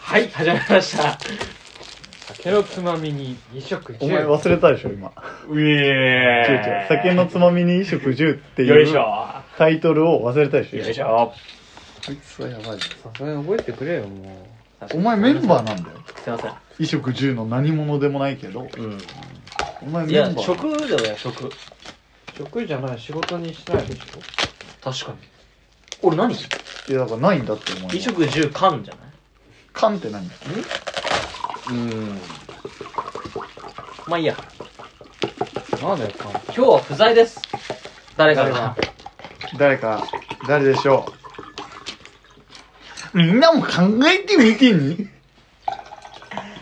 はい始まりました酒のつまみに2食お前10忘れたでしょ今、うえ違う違う酒のつまみに衣食住ってよいしいうょタイトルを忘れたでしょよいしょあいつはやばいさすがに覚えてくれよもうお前メンバーなんだよすいません衣食住の何者でもないけどうお前いメやンバー食だよね食食じゃない仕事にしてないでしょ確かに俺何いやだからないんだってお前衣食住缶じゃない缶って何うんまあいいやなんだよかん今日は不在です誰か誰がが誰か誰でしょうみんなも考えてみてに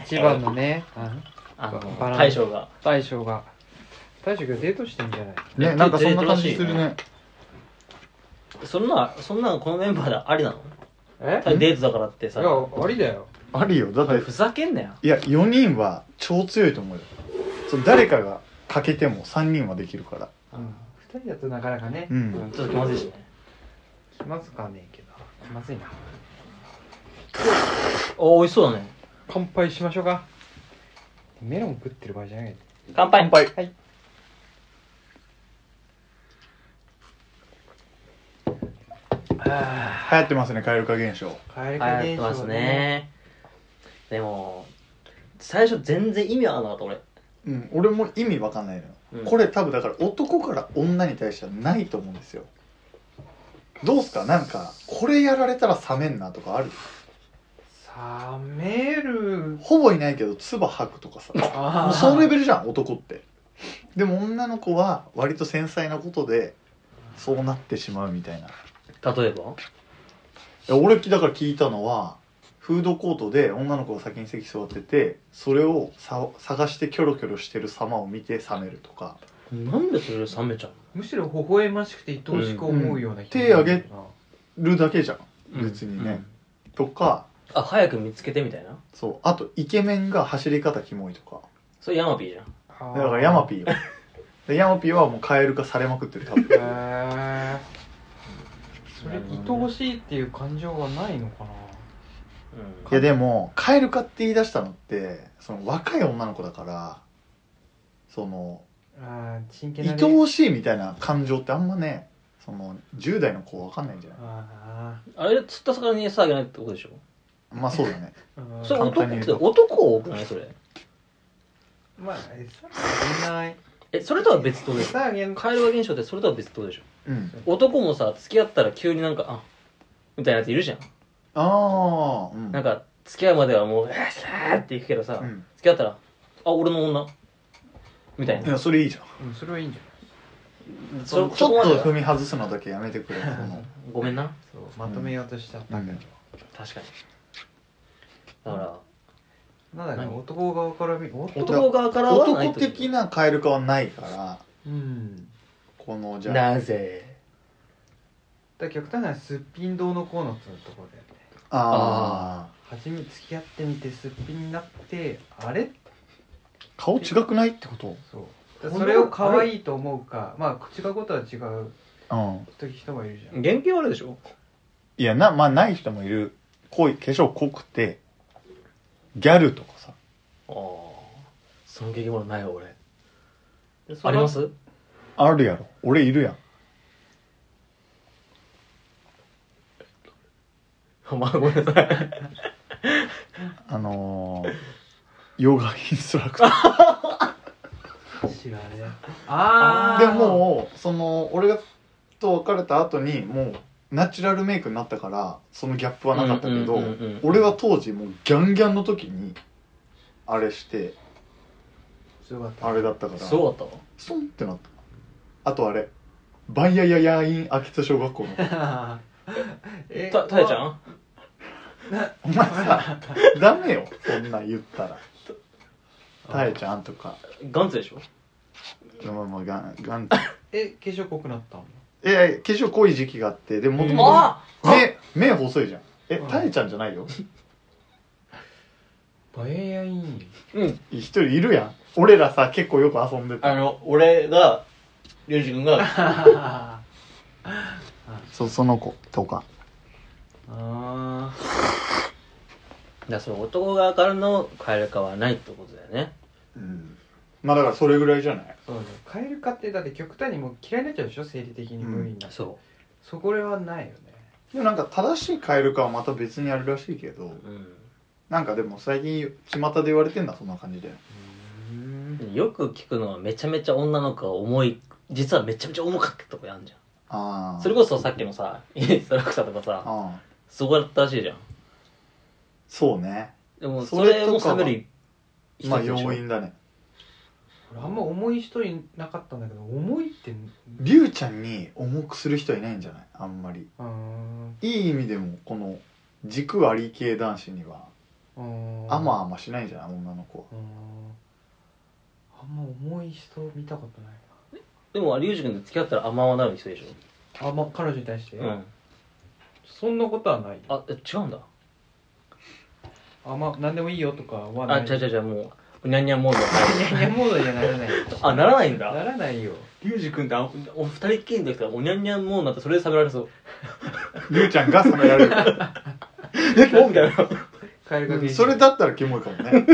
一番のねああのバランス大将が大将が大将がデートしてんじゃないねでなんかそんな感じデーすトらしいるねそんなそんなのこのメンバーでありなのえただデートだからっていさやありだよあるよだってふざけんなよいや4人は超強いと思うよその誰かが欠けても3人はできるから二人だとなかなかねうんちょっと気まずいしね気まずかねえけど気まずいなおお美味しそうだね乾杯しましょうかメロン食ってる場合じゃない乾杯乾杯はいあ流行ってますね蛙化現象あ帰り流行ってますねでも最初全然意味わかんなかった俺うん俺も意味わかんないのよ、うんこれ多分だから男から女に対してはないと思うんですよどうっすかなんかこれやられたら冷めんなとかある冷めるほぼいないけど唾吐くとかさもあうそのレベルじゃん男ってでも女の子は割と繊細なことでそうなってしまうみたいない例えばや俺だから聞いたのはフードコートで女の子が先に席座っててそれをさ探してキョロキョロしてる様を見て冷めるとかなんでそれで冷めちゃむしろ微笑ましくて愛おしく思うようなうん手あげうんるだけじゃんうの別にうねん、とかあ早く見つけてみたいなそうあとイケメンが走り方キモいとかそれヤマピーじゃんだからヤマピーよ でヤマピーはもうカエル化されまくってる多 分へーそれ愛おしいっていう感情がないのかないやでもカエル化って言い出したのってその若い女の子だからそのあー真剣な愛ねおしいみたいな感情ってあんまねその10代の子わかんないんじゃないああれ釣った魚に餌あげないってことでしょまあそう だねーうんそれ簡男単にっ言てうと男多くないそれまあ餌あげないえそれとは別ってことでしょ餌あげんカエル化現象ってそれとは別ってことでしょうん男もさ付き合ったら急になんかあみたいなやついるじゃんああうんなんか付き合うまではもう「えっ!」っていくけどさ、うん付き合ったら「あ俺の女」みたいいなやそれいいじゃんうんそれはいいんじゃないそのそちょっそとこ踏までみ外すのだけやめて くれそのはごめんなそうまとめようとしちゃったけど、確かにだからなんだろうね何男側から見男男側からはない男的なカエル化はないからうんこのじゃあなぜだから極端なのはすっぴん堂のコーナーってところだよねああ初め付き合ってみてすっぴんになってあれ顔違くないってことそうだからそれを可愛いと思うかまあ違うことは違ううん時人もいるじゃん原型はあるでしょいやなまあない人もいる濃い化粧濃くてギャルとかさああその経験もないわ俺でそあのりますあるやろ俺いるやん まあごめんなさいあのー、ヨガインストラクター知らねえああでもうその俺がと別れた後にもうナチュラルメイクになったからそのギャップはなかったけど うんうんうんうん俺は当時もうギャンギャンの時にあれしてすごかったあれだったからそうだったわストンってなったあとあれバイヤヤヤイン秋田小学校の えたたえちゃんお前さ ダメよそんなん言ったらタエちゃんとかガンツでしょまあまあガンガンえ化粧濃くなったのいやいや化粧濃い時期があってでもともあと目目細いじゃんえうんタエちゃんじゃないよバエヤインうん一人いるやん俺らさ結構よく遊んであたの俺がりゅうじくんが あそその子とかあからその男側からの蛙化はないってことだよねうんまあだからそれぐらいじゃないそうだよ蛙化ってだって極端にもう嫌いになっちゃうでしょ生理的に無理になって、そそこらはないよねでもなんか正しい蛙化はまた別にあるらしいけう、どうんなんかでも最近巷で言われてんだそんな感じだようんよく聞くのはめちゃめちゃ女の子が重い実はめちゃめちゃ重かったとかやんじゃああんそれこそさっきのさインストラクターとかさああすごかったらしいじゃんそうねでもそそれれともかは喋る一つでしょまあ要因だね俺あんま重い人いなかったんだけど重いってりゅうちゃんに重くする人はいないんじゃないあんまりうーんいい意味でもこの軸あり系男子にはうーんあまあましないじゃない女の子はうーんあんま重い人見たことないでも龍二君と付き合ったら甘々なる人でしなあまあ彼女に対して、ょうんそんなことはないあえ違うんだあまあ何でもいいよとかはなあい違う違う違うもううにゃんにゃんモードいやいやモードにはならない あならないんなだらないよ龍二君ってあお二人っきりの時からおにゃんにゃんモードになってそれで喋られそうりゅうちゃんが冷められるおみたいなカエルがうんそれだったらキモいかもね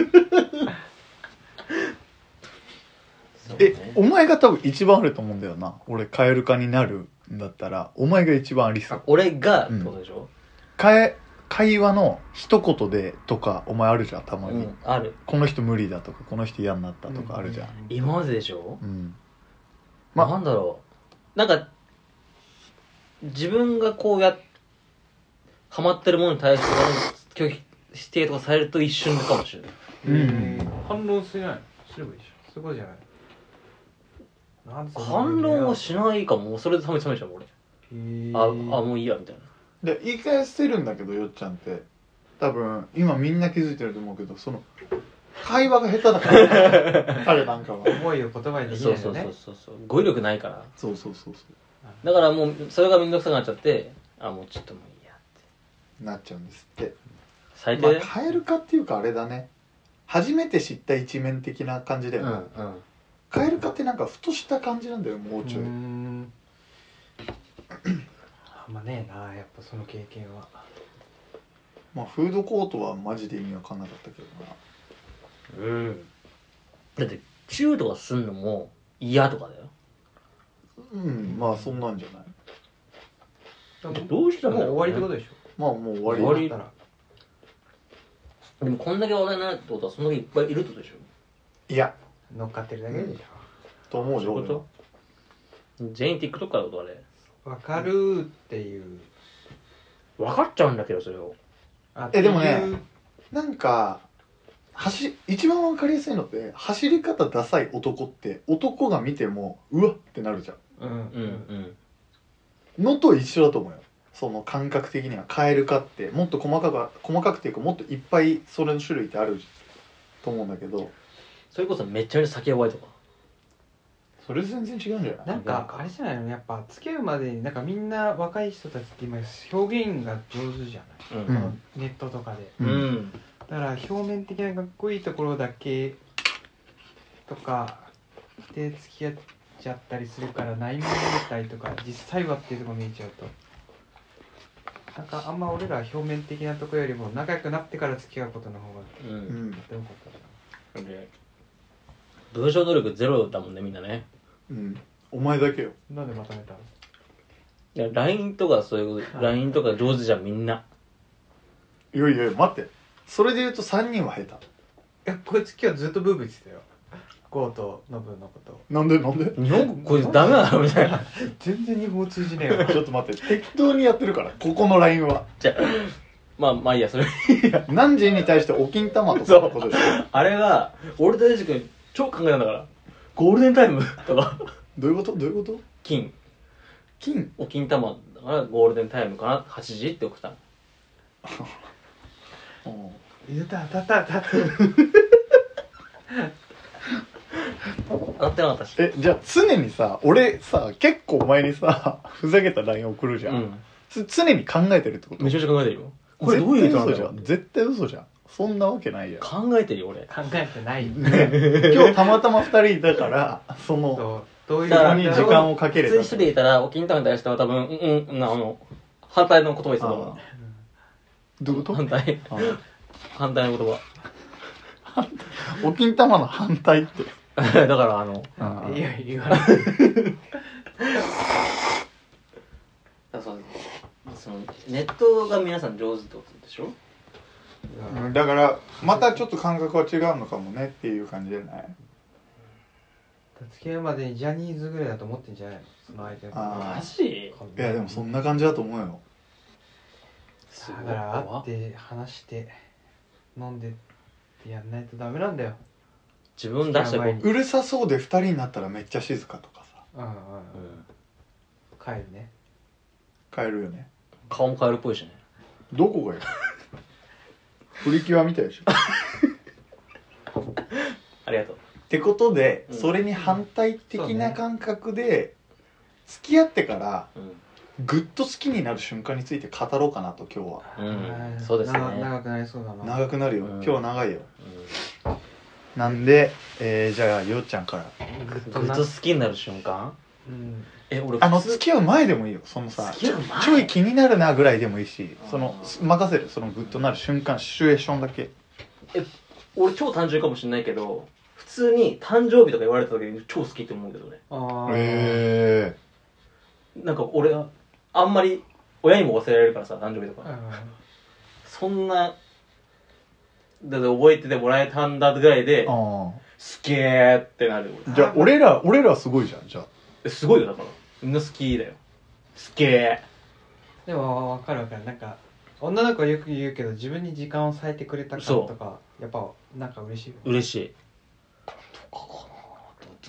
えお前が多分一番あると思うんだよな俺蛙化になるんだったらお前が一番ありそう俺がってことでしょ、かえ会話の一言でとかお前あるじゃんたうまんに、あるこの人無理だとかこの人嫌になったとかあるじゃん、今まででしょうんままあ、なんだろうなんか自分がこうやハマってるものに対して拒否否定とかされると一瞬かもしれないうん反論しないすればいいでしょそういうことじゃないなんでそんなこと反論はしないかもそれで冷めちゃうじゃん俺、へーああもういいやみたいなで言い返せるんだけどよっちゃんって多分今みんな気づいてると思うけどその会話が下手だから彼なんかは思いを言葉にできないそようねそうそうそうそう語彙力ないからそうそうそうそだからもうそれが面倒くさくなっちゃってあもうちょっともういいやってうなっちゃうんですって最低まあだよ、蛙化っていうかあれだね初めて知った一面的な感じだよね、うんうん蛙化ってなんかふとした感じなんだよもうちょい、うーんあんまねえなやっぱその経験はまあフードコートはマジで意味わかんなかったけどなうんだってチューとかすんのも嫌とかだようんまあそんなんじゃないどうしたらもう終わりってことでしまあもう終わょり終わりだったでもこんだけ話題になるってことはそんだけいっぱいいるってことでしょいやら乗っかってるだけでしと思うよ俺は全員 TikTok からだとあれょわかるーっていう分かっちゃうんだけどそれをあえでもねっていうなんか走り一番わかりやすいのって走り方ダサい男って男が見てもうわっってなるじゃうんうんうんんのと一緒だと思うよその感覚的にはカエル化ってもっと細かくは細かくていうかもっといっぱいそれの種類ってあると思うんだけどそれこそめっちゃめちゃ酒弱いとかそれ全然違うんじゃないなんかあれじゃないのやっぱ付き合うまでになんかみんな若い人たちって今表現が上手じゃうない、んネットとかでうん、だから表面的なかっこいいところだけとかで付き合っちゃったりするから内面見えたりとか実際はっていうとこ見えちゃうとなんかあんま俺ら表面的なとこよりも仲良くなってから付き合うことの方がううんん、多かったで文章能力ゼロだもんねみんなねうん、お前だけよななんでまとめたのいや LINE とかそういう LINE とか上手じゃんみんないやいや待ってそれで言うと3人は下手いやこいつ今日ずっとブーブー言ってたよゴーとノブのことなんでなんで日本語こいつダメなのみたいな全然日本語通じねえわちょっと待って適当にやってるからここのラインはじゃあまあまあいいやそれ 何時に対してお金玉とかのことでしょあれは俺とエイジ君超考えたんだからゴールデンタイム とかどういうことどういうこと金金お金玉だからゴールデンタイムかな8時って送ったのう言うた当たった当たった当たってなかったしんえじゃあ常にさ俺さ結構お前にさ ふざけた LINE 送るじゃ、うんんつ常に考えてるってことめちゃめちゃ考えてるよこれどういう意絶味な対ん嘘だじゃろんう絶対嘘じゃんそんなわけないやん考えてるよ俺考えてない 今日たまたま2人いたからそのどうどういうそこに時間をか普けれ通たに一人でいたらお金玉に対しては多分うんうんなあの反対の言葉言ってたと思あーどういうこう と反対あー反対の言葉お金玉の反対って。 だからあのいや言わないだからそのネットが皆さん上手ってことでしょうんだから、またちょっと感覚は違うのかもねっていう感じじゃない付き合うまでにジャニーズぐらいだと思ってんじゃないのその相手のことあジいや、でもそんな感じだと思うよ。すごだいから会って話して飲んでってやんないとダメなんだよ自分出してこやばいううるさそうで二人になったらめっちゃ静かとかさ。うんうん、うん、帰るね変えるよね。顔も変えるっぽいしねどこ がよ。プリキュアみたいでしょ。っありがとうてことで、うんそれに反対的な感覚で、付き合ってから、うぐっと好きになる瞬間について語ろうかなと今日は。うんあーそうですねな長くなりそうだな長くなるよ。うん今日は長いよ。んなんで、えーじゃあ、ようちゃんから。ぐっとグッなと好きになる瞬間うんえ俺あの、普通付き合う前でもいいよ。そのさ、付き合う前ちょい気になるなぐらいでもいいしあーそのす任せるそのグッとなる瞬間シチュエーションだけ俺超単純かもしれないけど普通に誕生日とか言われた時に超好きって思うけどねああえなんか俺あんまり親にも忘れられるからさ誕生日とかそんなだって覚えててもらえたんだぐらいであすげえってなるあ俺じゃあ俺ら俺らすごいじゃんじゃあえすごいよだからみんな好きだよすげえでもわかるわかるなんか女の子はよく言うけど自分に時間を割いてくれたからそうとかやっぱなんか嬉しいよね嬉しいとかか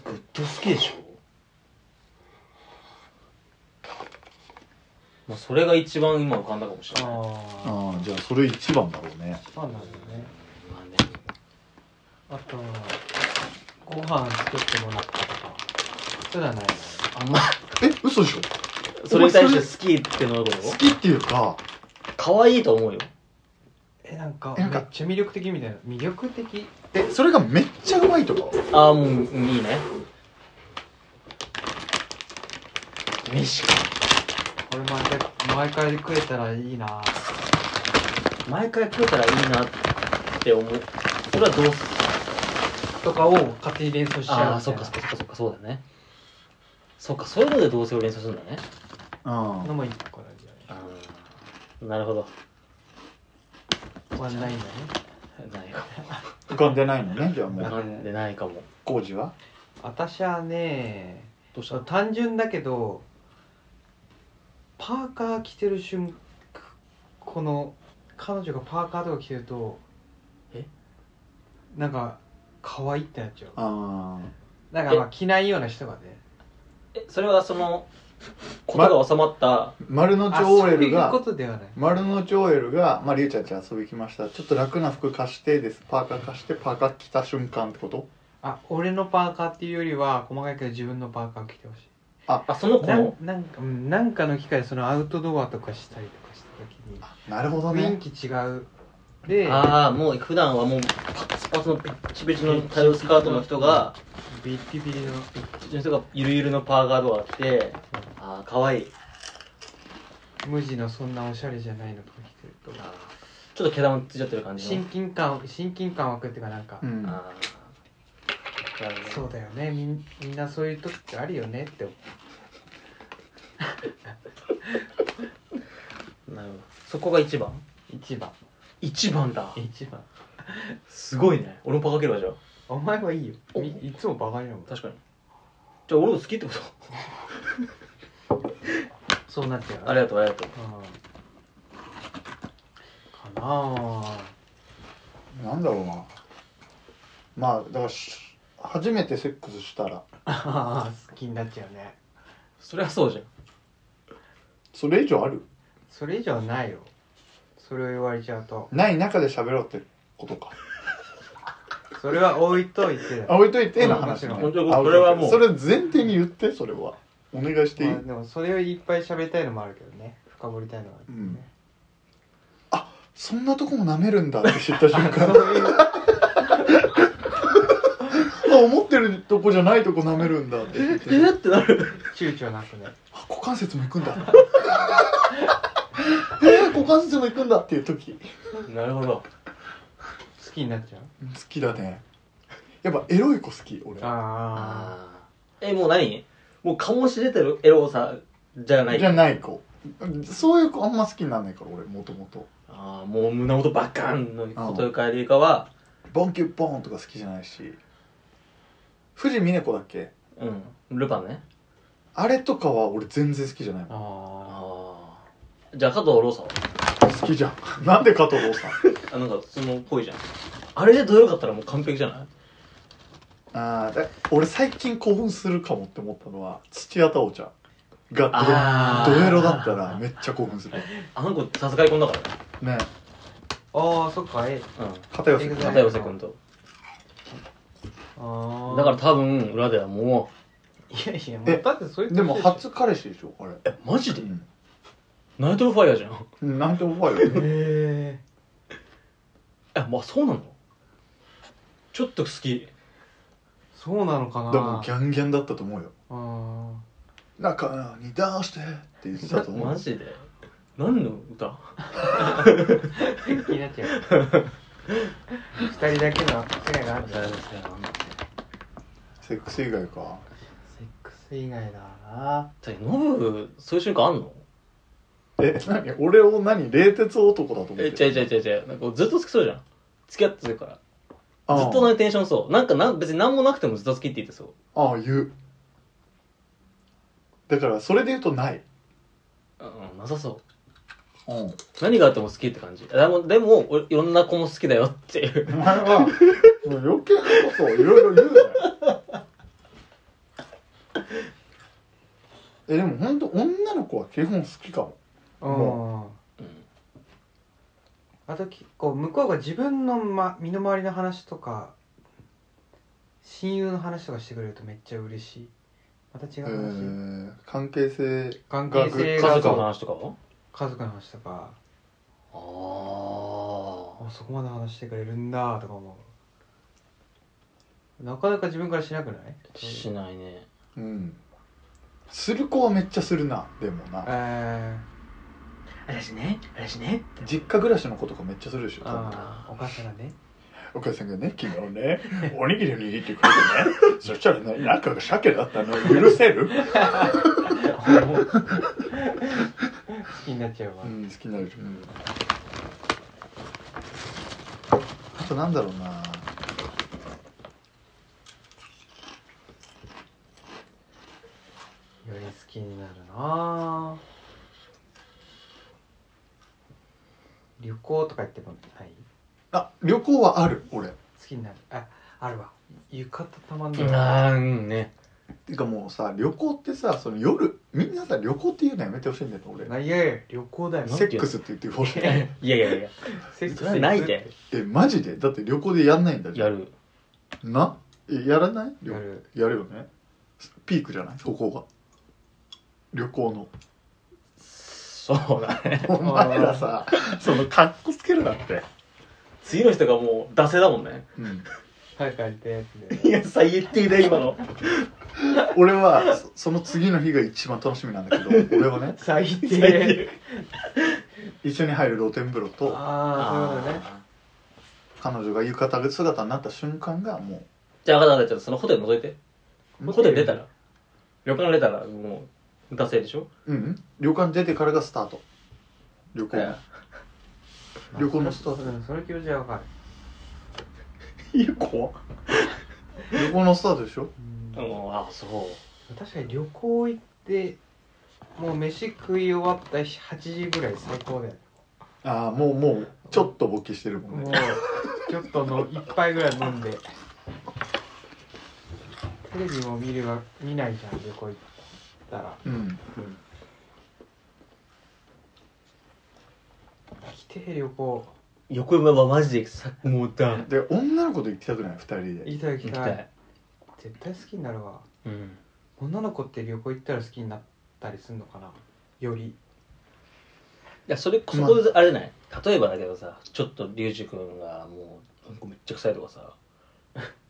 なグッと好きでしょまあそれが一番今浮かんだかもしれないあああじゃあそれ一番だろうねあそうなんだよねまあねあとはご飯作ってもらったとかそうじゃないあんまえ嘘でしょそれに対して好きってのはどう好きっていうか可愛いと思うよえなんかえめなっんかちゃ魅力的みたいな魅力的えそれがめっちゃうまいとかああもううんいいね飯か俺毎回毎回食えたらいいな毎回食えたらいいなって思うそれはどうすとかを勝手に連想しちゃうみたいなああそっかそっかそっかそうだねそっかそういうので同性を連想するんだねうんのも一個なんじゃなああなるほどいワンラインだねないか浮かんでないのねじゃあもも浮うかんでないかも工事は私はねどうしそう単純だけどパーカー着てる瞬この彼女がパーカーとか着てるとえなんか可愛いってなっちゃうあだからまあ着ないような人がねえそれはそのことが収まったあ丸のあ内そオうーエいルうがことではない丸の内 OL が、まあ、りゅうちゃんち遊び来ましたちょっと楽な服貸してですパーカー貸してパーカー着た瞬間ってことあ俺のパーカーっていうよりは細かいけど自分のパーカー着てほしいあその子なのんなんかうんなんかの機会でそのアウトドアとかしたりとかしたあなるほど時にね雰囲気違うでああもう普段はもうパツパツのピッチピチのタイルスカートの人がビッピビリのその人がゆるゆるのパーカーとか着てああ可愛い無地のそんなおしゃれじゃないのとか着てるとあーちょっと毛玉ついちゃってる感じの親近感親近感湧くっていうかなんか、うんああなるほどそうだよねみんみんなそういう時ってあるよねって思なるほどそこが一番う一番一番だ一番すごいね俺もパーカー着るわじゃあお前はいいよおみいつもバカになるもん確かにじゃあ俺も好きってことそうなっちゃうありがとうありがとううんかなあなんだろうなまあだからし初めてセックスしたらあー 好きになっちゃうねそりゃそうじゃんそれ以上あるそれ以上はないよそれを言われちゃうとない中で喋ろうってことかそれは置いといてだよあ置いといての話うんねもちろんあそれはもうそれ前提に言ってそれはお願いしていい、まあでもそれをいっぱい喋りたいのもあるけどね深掘りたいのはあるけどね、そんなとこも舐めるんだって知った瞬間 あ思ってるとこじゃないとこ舐めるんだって知ってえってなる躊躇なくねあ股関節も行く んだえー、股関節も行くんだっていう時なるほどきになっちゃう好きだねやっぱエロい子好き俺ああーえもう何もう醸し出てるエロさじゃないじゃない子そういう子あんま好きにならないから俺もともとああもう胸元バカンのことよりかよりかはボンキュッボーンとか好きじゃないし藤峰子だっけうんルパンねあれとかは俺全然好きじゃないーあああじゃあ加藤ローサは好きじゃん なんで加藤ローさんあなんかそのっぽいじゃんあれでどよかったらもう完璧じゃないあーだ俺最近興奮するかもって思ったのは土屋太鳳ちゃんがあドードエロだったらめっちゃ興奮するあの子さすがにこんだかあねーそっかえらね片寄せうん片寄君とああだから多分裏ではもいやいやもえうだってそういうでもことし初彼氏でしょあれうえマジでうナイト・オブ・ファイヤーじゃんんなんて思うよょへえまあそうなのちょっと好きえそうなのかなでもギャンギャンだったと思うよあ中に出してって言ってたと思マうジで何の歌ー気になっちゃう二人だけの世界があるんだセッセックス以外かクス以外だなだってノブそういう瞬間あんのえ何俺を何冷徹男だと思ってえる違う違う違う違うなんかずっと好きそうじゃん付き合ってるからあーずっとのテンションそうなんかなん別に何もなくてもずっと好きって言ってそうああ言うだからそれで言うとないうんなさそううん何があっても好きって感じでもでもおいろんな子も好きだよっていうお前はもう 余計なことをいろいろ言うなよえでも本当女の子は基本好きかもうんうんあと結構向こうが自分の、ま、身の回りの話とか親友の話とかしてくれるとめっちゃ嬉しいまた違へう話、ー関係性関係性家が族のそう話とかは家族の話とかああそこまで話してくれるんだとか思うなかなか自分からしなくないあしないねうんする子はめっちゃするなでもなえ私ね私ね実家暮らしの子とかめっちゃするでしー、ょ多分あーお母さんがねお母さんがね昨日ねおにぎりを握ってくれてねそしたらね中が鮭だったの許せる、好きになっちゃうわ、うん、好きになるうんあとなんだろうなより好きになるなぁ旅行とか言ってもないあ旅行はある俺好きになるああるわ浴衣たまんないあーうんねてかもうさ旅行ってさその夜みんなさ旅行っていうのやめてほしいんだよ俺ないやいや旅行だよセックスって言ってほしいえ いやいやいやセックそれはスないでマジでだって旅行でやんないんだじゃやんるなえやらない旅やるやるよねピークじゃないそこが旅行のそうだねお前らさそのカッコつけるなって次の人がもう惰性だもんねうん早く帰ってやついでや最低だよ今の俺はそ その次の日が一番楽しみなんだけど俺はね最最低低一緒に入る露天風呂とああそういうことね彼女が浴衣姿になった瞬間がもじゃあ分かった分かったちょっとそのホテル覗いてうんホテル出たら旅館出たらもう惰性でしょう、うん、旅館出てからがスタート旅行、え旅行のスタートうんその気持ちはわかるいい子旅行のスタートでしょうんうんああそう確かに旅行行ってもう飯食い終わった8時ぐらい最高だよねああもうもうちょっと勃起してるもんもねうちょっとの一杯ぐらい飲んでテレビも見れば見ないじゃん旅行行ったらうん来て旅行横山はマジでさもうだで女の子と行きたくない二人で行きたい行き行きたたいい絶対好きになるわうん女の子って旅行行ったら好きになったりするのかなよりいやそれこそこであれない例えばだけどさちょっと龍二君がもううんこめっちゃ臭いとかさ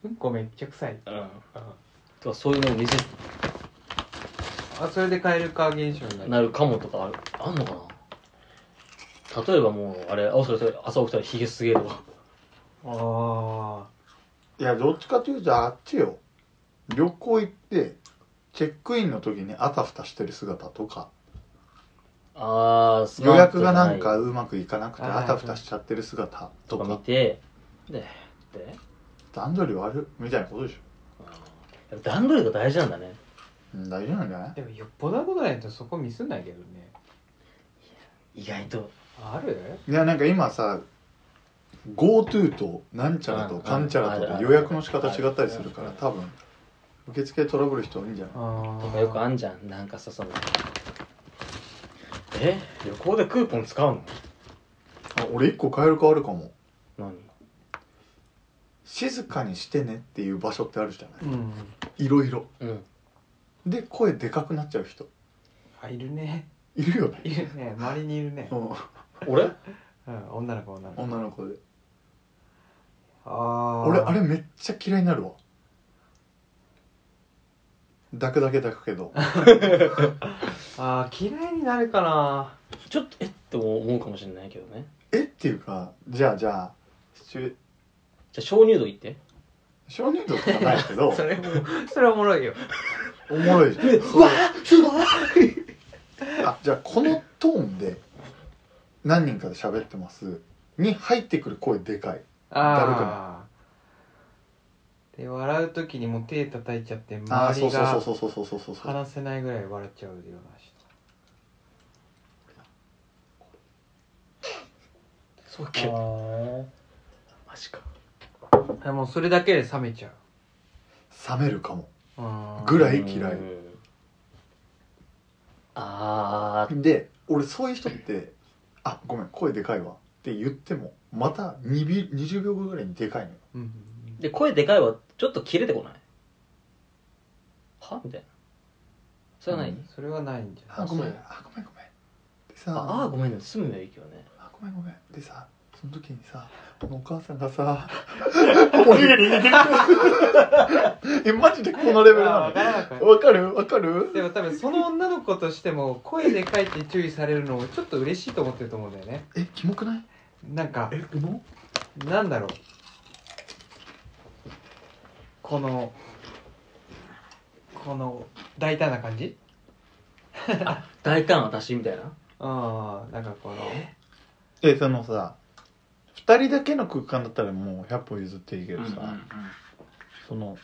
うんこめっちゃ臭いうんあとかそういうのを見せあそれで蛙化現象になるなるかもとかあるあんのかな例えばもうあれ青空と朝起きたらヒゲすげえとかあいやどっちかというとあっちよ旅行行ってチェックインの時にあたふたしてる姿とかああ、スマ予ート約じゃがないんかうまくいかなくてあーあたふたしちゃってる姿ととか見かて、で、で、段取り悪いみたいなことでしょやっぱ段取りが大事なんだね。うん大丈夫なんじゃないーでもよっぽどのことないとそこミスんないけどね意外と。あるいやなんか今さ GoTo となんちゃらとかんちゃらとうんうんで予約の仕方違ったりするからうん多分受付トラブル人多いんじゃないあとかよくあんじゃん。なんかさ、その、え旅行でクーポン使うのあ俺1個買えるかあるかも何静かにしてねっていう場所ってあるじゃなうんいいろいろうん。で声でかくなっちゃう人あいるねいるよねいるね周りにいるね、うん俺うん、女の子女の子女の子でああ俺あれめっちゃ嫌いになるわ抱くだけ抱くけどあー嫌いになるかなちょっと、えって思うかもしれないけどね。えっていうかじゃあじゃあシチュじゃあ、鍾乳洞行って。少年度とかない けどそれもそれおもろいよおもろいじゃんうわすごいあじゃあこのトーンで何人かで喋ってますに入ってくる声でかいああで笑う時にもう手叩いちゃってああ周りそうそうがそうそうそうそうそうそう話せないぐらい笑っちゃうようなそうけ人マジか。あーもうそれだけで冷めちゃ冷めるかもううんぐらい嫌いうんあで俺そういう人って「あごめん声でかいわ」って言ってもまた2び20秒後ぐらいにでかいのようんうんーで声でかいわちょっと切れてこないはみたいなそれはない、うんそれはないんじゃなあいごめそんうあごめんごめんでああさーごめんね住むのいいけどねあごめんごめんでさその時にさあのお母さんが さおにぎり握ってるえマジでこのレベルあーなわからなかっのわかるわかるたでも多分その女の子としても声でかいって注意されるのをちょっと嬉しいと思ってると思うんだよねえキモくないなんかえうまなんだろうこのこの大胆な感じ大胆私みたいなああなんかこのえそのさ2人だけの空間だったらもう100歩譲っていいけどさ、その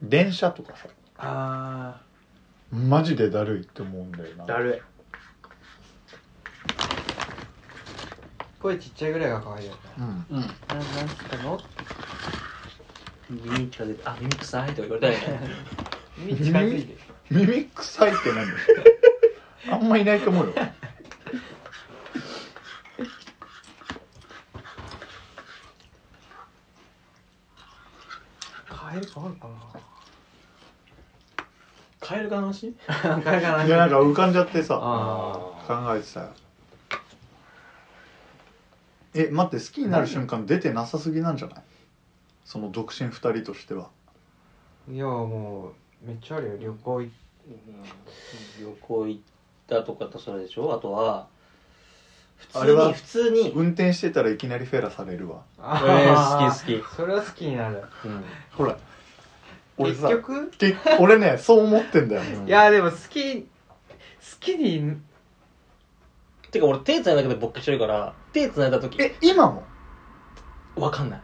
電車とかさあマジでだるいって思うんだよなるー声ちっちゃいぐらいが可愛いよねうんいうんななんつったの耳近づいてあ耳臭いとか言われたいね 耳近づいて耳臭いってなんだよ あんまいないと思うよカエルかあるか カエルが話なカエルかないやなんか浮かんじゃってさあ考えてたよえ待って好きになる瞬間出てなさすぎなんじゃないその独身2人としてはあいやもうめっちゃあるよ旅行行っ旅行行ったとかとそれでしょあとは普あ通れには普通に、運転してたらいきなりフェラされるわあ えーー好き好それは好きになるき、うんほら俺結さ局け俺ねそう思ってんだよいやでも好き好きにてか俺手繋いだけで勃起してるから手繋いだ時え今もわかんない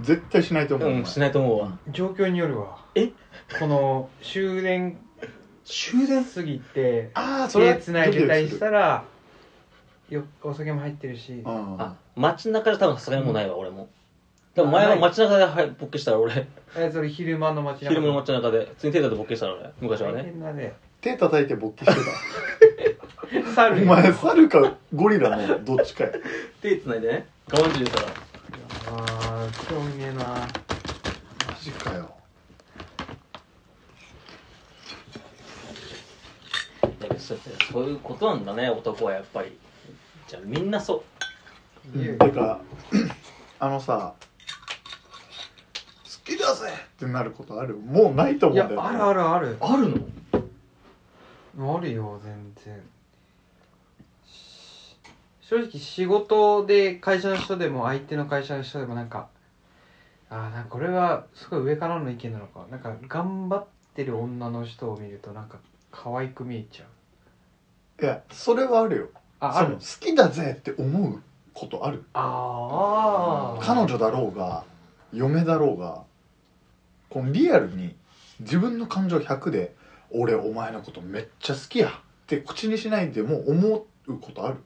絶対しないと思う、うんしないと思うわ状況によるわえこの終電終電過ぎてああそれ手つないでたりしたらよお酒も入ってるしうあんあ街中で多分さすがにもうないわ俺もでも前は街中ではい勃起したら俺それ昼間の街中昼間の街中で普通に手伝って勃起したら俺昔は大ね変だね手叩いて勃起してた猿お前猿かゴリラのどっちかや手繋いでね我慢中でたらあー興味ねえなマジかよだけどそうやってそういうことなんだね男はやっぱりじゃあみんなそういやてかあのさ「好きだぜ!」ってなることあるもうないとい思うやんだよ、あるあるあるあるのあるよ全然し正直仕事で会社の人でも相手の会社の人でもなんかああなんかこれはすごい上からの意見なのかなんか頑張ってる女の人を見るとなんか可愛く見えちゃういやそれはあるよああそるの好きだぜって思うことあるああ彼女だろうが嫁だろうがこのリアルに自分の感情100で「俺お前のことめっちゃ好きや」って口にしないでも思うことある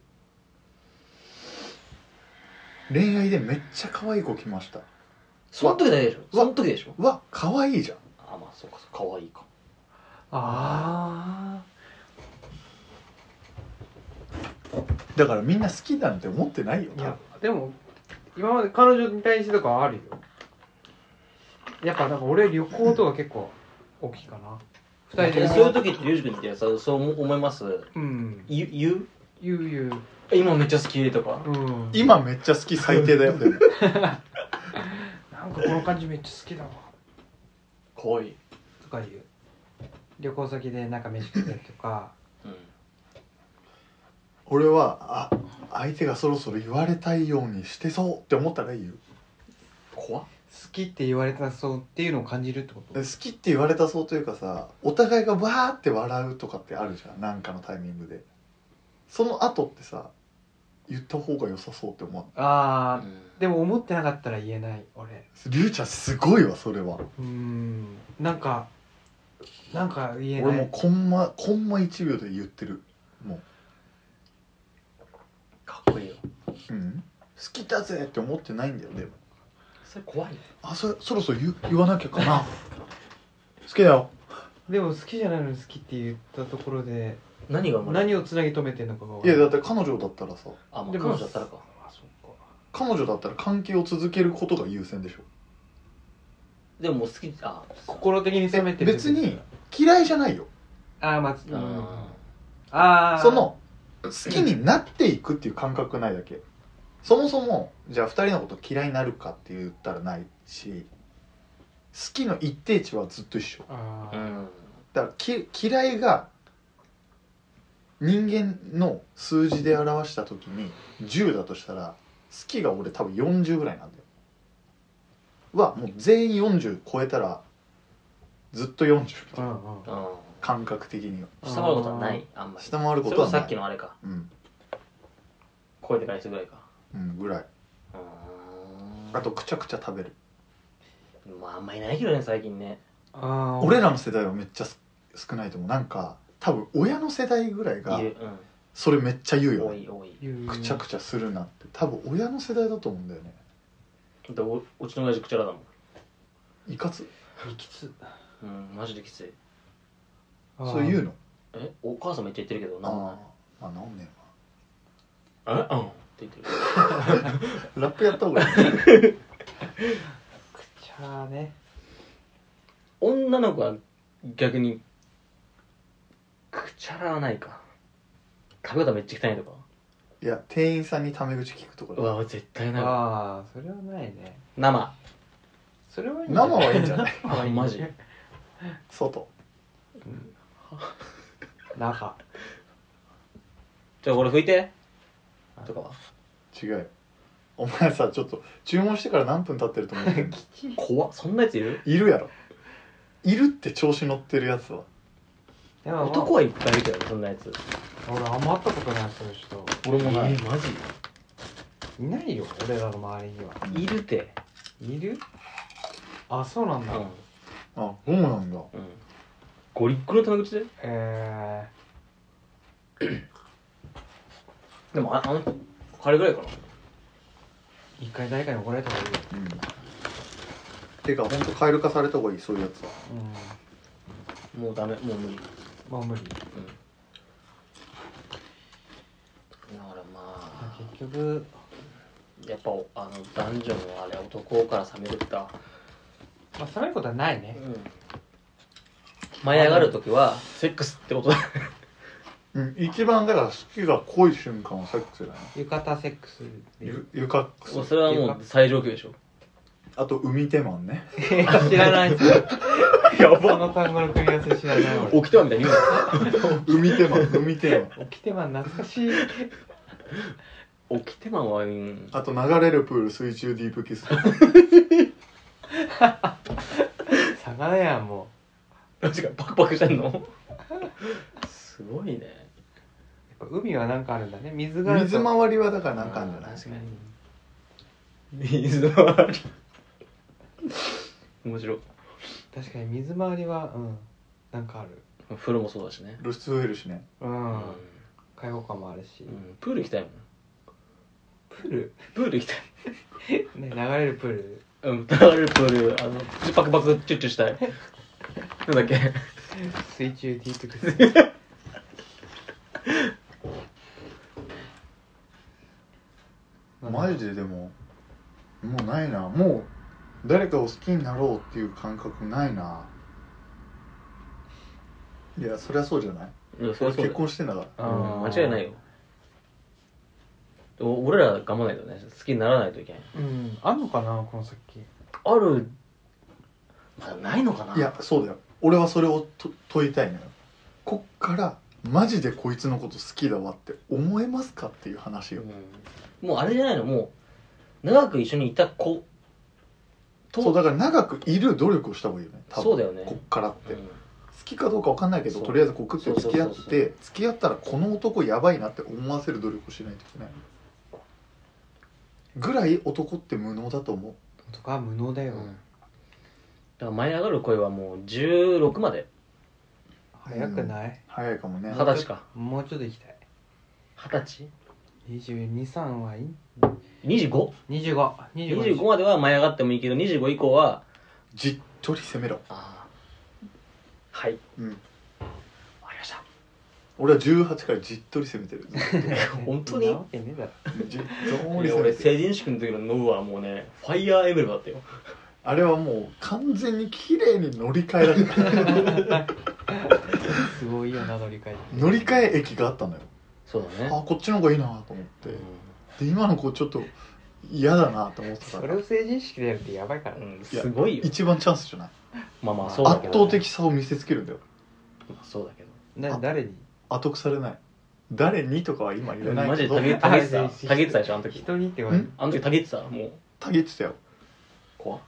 恋愛でめっちゃ可愛い子来ましたその時だけでしょその時でしょわ可愛いじゃんあまあそうかそうかわいいかあだからみんな好きなんて思ってないよあいやでも今まで彼女に対してとかはあるよやっぱなんか俺旅行とか結構大きいかな二人えでそういう時ってゆうじくんってさそう思いますうん言う言うゆうゆえ今めっちゃ好きとかううん今めっちゃ好き最低だよでもなんかこの感じめっちゃ好きだわかわいい、とかいう旅行先でなんか飯食ったりとか うん、俺はあ相手がそろそろ言われたいようにしてそうって思ったら言う怖っ好きって言われたそうっていうのを感じるってこと好きって言われたそうというかさお互いがわーって笑うとかってあるじゃんなんかのタイミングでその後ってさ言った方が良さそうって思うああ、うんでも思ってなかったら言えない俺りゅうちゃんすごいわそれはうーんなんかなんか言えない俺もうコンマコンマ1秒で言ってるもかっこいいよう、うん、好きだぜって思ってないんだよでもそれ怖いねあそそろそろ言う言わなきゃ かな好きだよでも好きじゃないのに好きって言ったところで何が生まれる何をつなぎ止めてんのかがいやだって彼女だったらさあまあで彼も女だったらかあそうか彼女だったら関係を続けることが優先でしょでももう好きあ心的に冷めてる別に嫌いじゃないよああまあ、うん、ああーその好きになっていくっていう感覚ないだけそもそもじゃあ2人のこと嫌いになるかって言ったらないし好きの一定値はずっと一緒あうーんだからき嫌いが人間の数字で表した時に10だとしたら好きが俺多分40ぐらいなんだよはもう全員40超えたらずっと40みたういなんうんうん感覚的には下回ることはないあんまり下回ることはそれこそさなっきいのあれかうん、超えてから人ぐらいかうん、ぐらいうーんあとくちゃくちゃ食べるまああんまいないけどね最近ねあー俺らの世代はめっちゃす少ないと思うなんか多分親の世代ぐらいがいるそれめっちゃ言ううんよ多ねい多い言うくちゃくちゃするなって多分親の世代だと思うんだよねだっておうちの親父くちゃらだもんいかついきつうんマジできついそう言ううのえお母さんめっちゃ言ってるけどあなーんもないまあなんねえうんって言ってるえわラップやった方がいいくちゃね女の子は逆にくちゃらはないか食べ方めっちゃ汚いとかいや店員さんにタメ口聞くとこうろわ絶対ないわああそれはないね生それはいいんじゃ生ないはいいんじゃ ないあマジ外 中じゃあ俺拭いてとかは違うよお前さちょっと注文してから何分経ってると思って んの怖っそんなやついるいるやろいるって調子乗ってるやつはでも男はいっぱいいるけどねそんなやつ俺あんま会ったことないそういう人俺もない、えーマいないよ俺らの周りにはジいるているあそうなんだ、うあそうなんだんうんゴリッゴリのタメ口でえでもああの彼ぐらいかなー、一回誰かに怒られた方がいいようんてかほんと蛙化された方がいいそういうやつはうんもうダメもう無理まあ無理だからま結局あやっぱあの男女のあれ男から冷めるったまあ寒いことはないね舞い上がる時はセックスってことだうん、一番だから好きが濃い瞬間はセックスだね浴衣セックスでゆゆかっくすもうそれはもう最上級でしょあと海手マンね知ら ないやその単語の組み合わせ知らない俺起きてはみたいに言うな 海手マン海手マン起きてまん懐かしい起きてまわいんあと流れるプール水中ディープキス魚やんも確かにパクパクしてんのすごいねうやっぱ海はなんかあるんだね水があると水回りはだからなんかあるんじゃない確確かかにに水回り面白い確かに水回りはうんなんかある風呂もそうだしね露出増えるしねうん、うん開放感もあるし、うんプール行きたいもんプールプール行きたいね流れるプールうん流れるプールあのパクパクチュッチュしたいなんだっけ水中ディープキスマジででももうないなもう誰かを好きになろうっていう感覚ないないやそりゃそうじゃないいやそれはそう俺結だよ婚してんだからうん間違いないよお俺ら頑張らないとね好きにならないといけないうんあんのかなこの先あるまだないのかないやそうだよ俺はそれをと問いたいのよこっからマジでこいつのこと好きだわって思えますかっていう話ようんもうあれじゃないのもう長く一緒にいた子とそうだから長くいる努力をした方がいいよね多分そうだよねこっからって、うん好きかどうか分かんないけどそうとりあえず告って付き合っそうそうそうて付き合ったらこの男やばいなって思わせる努力をしないといけないぐらい男って無能だと思うとか無能だよ、うんだから舞い上がる声はもう16まで早くない、早いかもね二十歳かもうちょっと行きたい二十223はいい歳 25?25 2525 25までは舞い上がってもいいけど25以降はじっとり攻めろ、ああはいうん、終わりました俺は18からじっとり攻めてる 本当そんになわけねえだろじっといりや攻俺めてる成人式の時のノブはもうねファイヤーエンブレムだったよあれはもう完全に綺麗に乗り換えられたすごいよな乗り換えって乗り換え駅があったのよそうだねあこっちの方がいいなと思ってで今の子ちょっと嫌だなと思ってたそかれらを成人式でやるってやばいからうね、ん、うんすごいよ一番チャンスじゃないまあまあそうだけ圧ど、倒的さを見せつけるんだよまあそうだけどな誰に後腐れない誰にとかは今言えないマジでけどたげげたげてたあたげてたでしょあの時人にって言わんあの時たげてたもうたげてたよ怖っ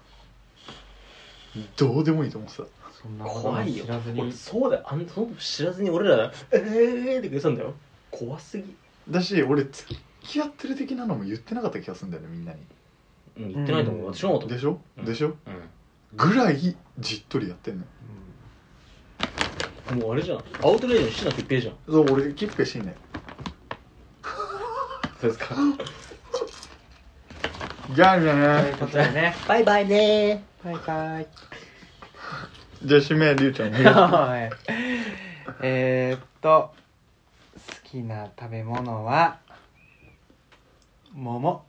どうでもいいと思ってたそんなこと怖もいよ知らず俺にそうだよあのその時知らずに俺ら「ええー」って言ってたんだよ怖すぎだし俺付き合ってる的なのも言ってなかった気がするんだよねみんなにうん言ってないと思う、うん私もと思でうしょ、うんでしょうぐらいじっとりやってんのよんもうあれじゃんアウトレイジの死な決定じゃんそう俺キッペしんねんそうですかじゃあねうんということでねバイバイねバイバイじゃあ締めりゅうちゃんにはいえーっと好きな食べ物は桃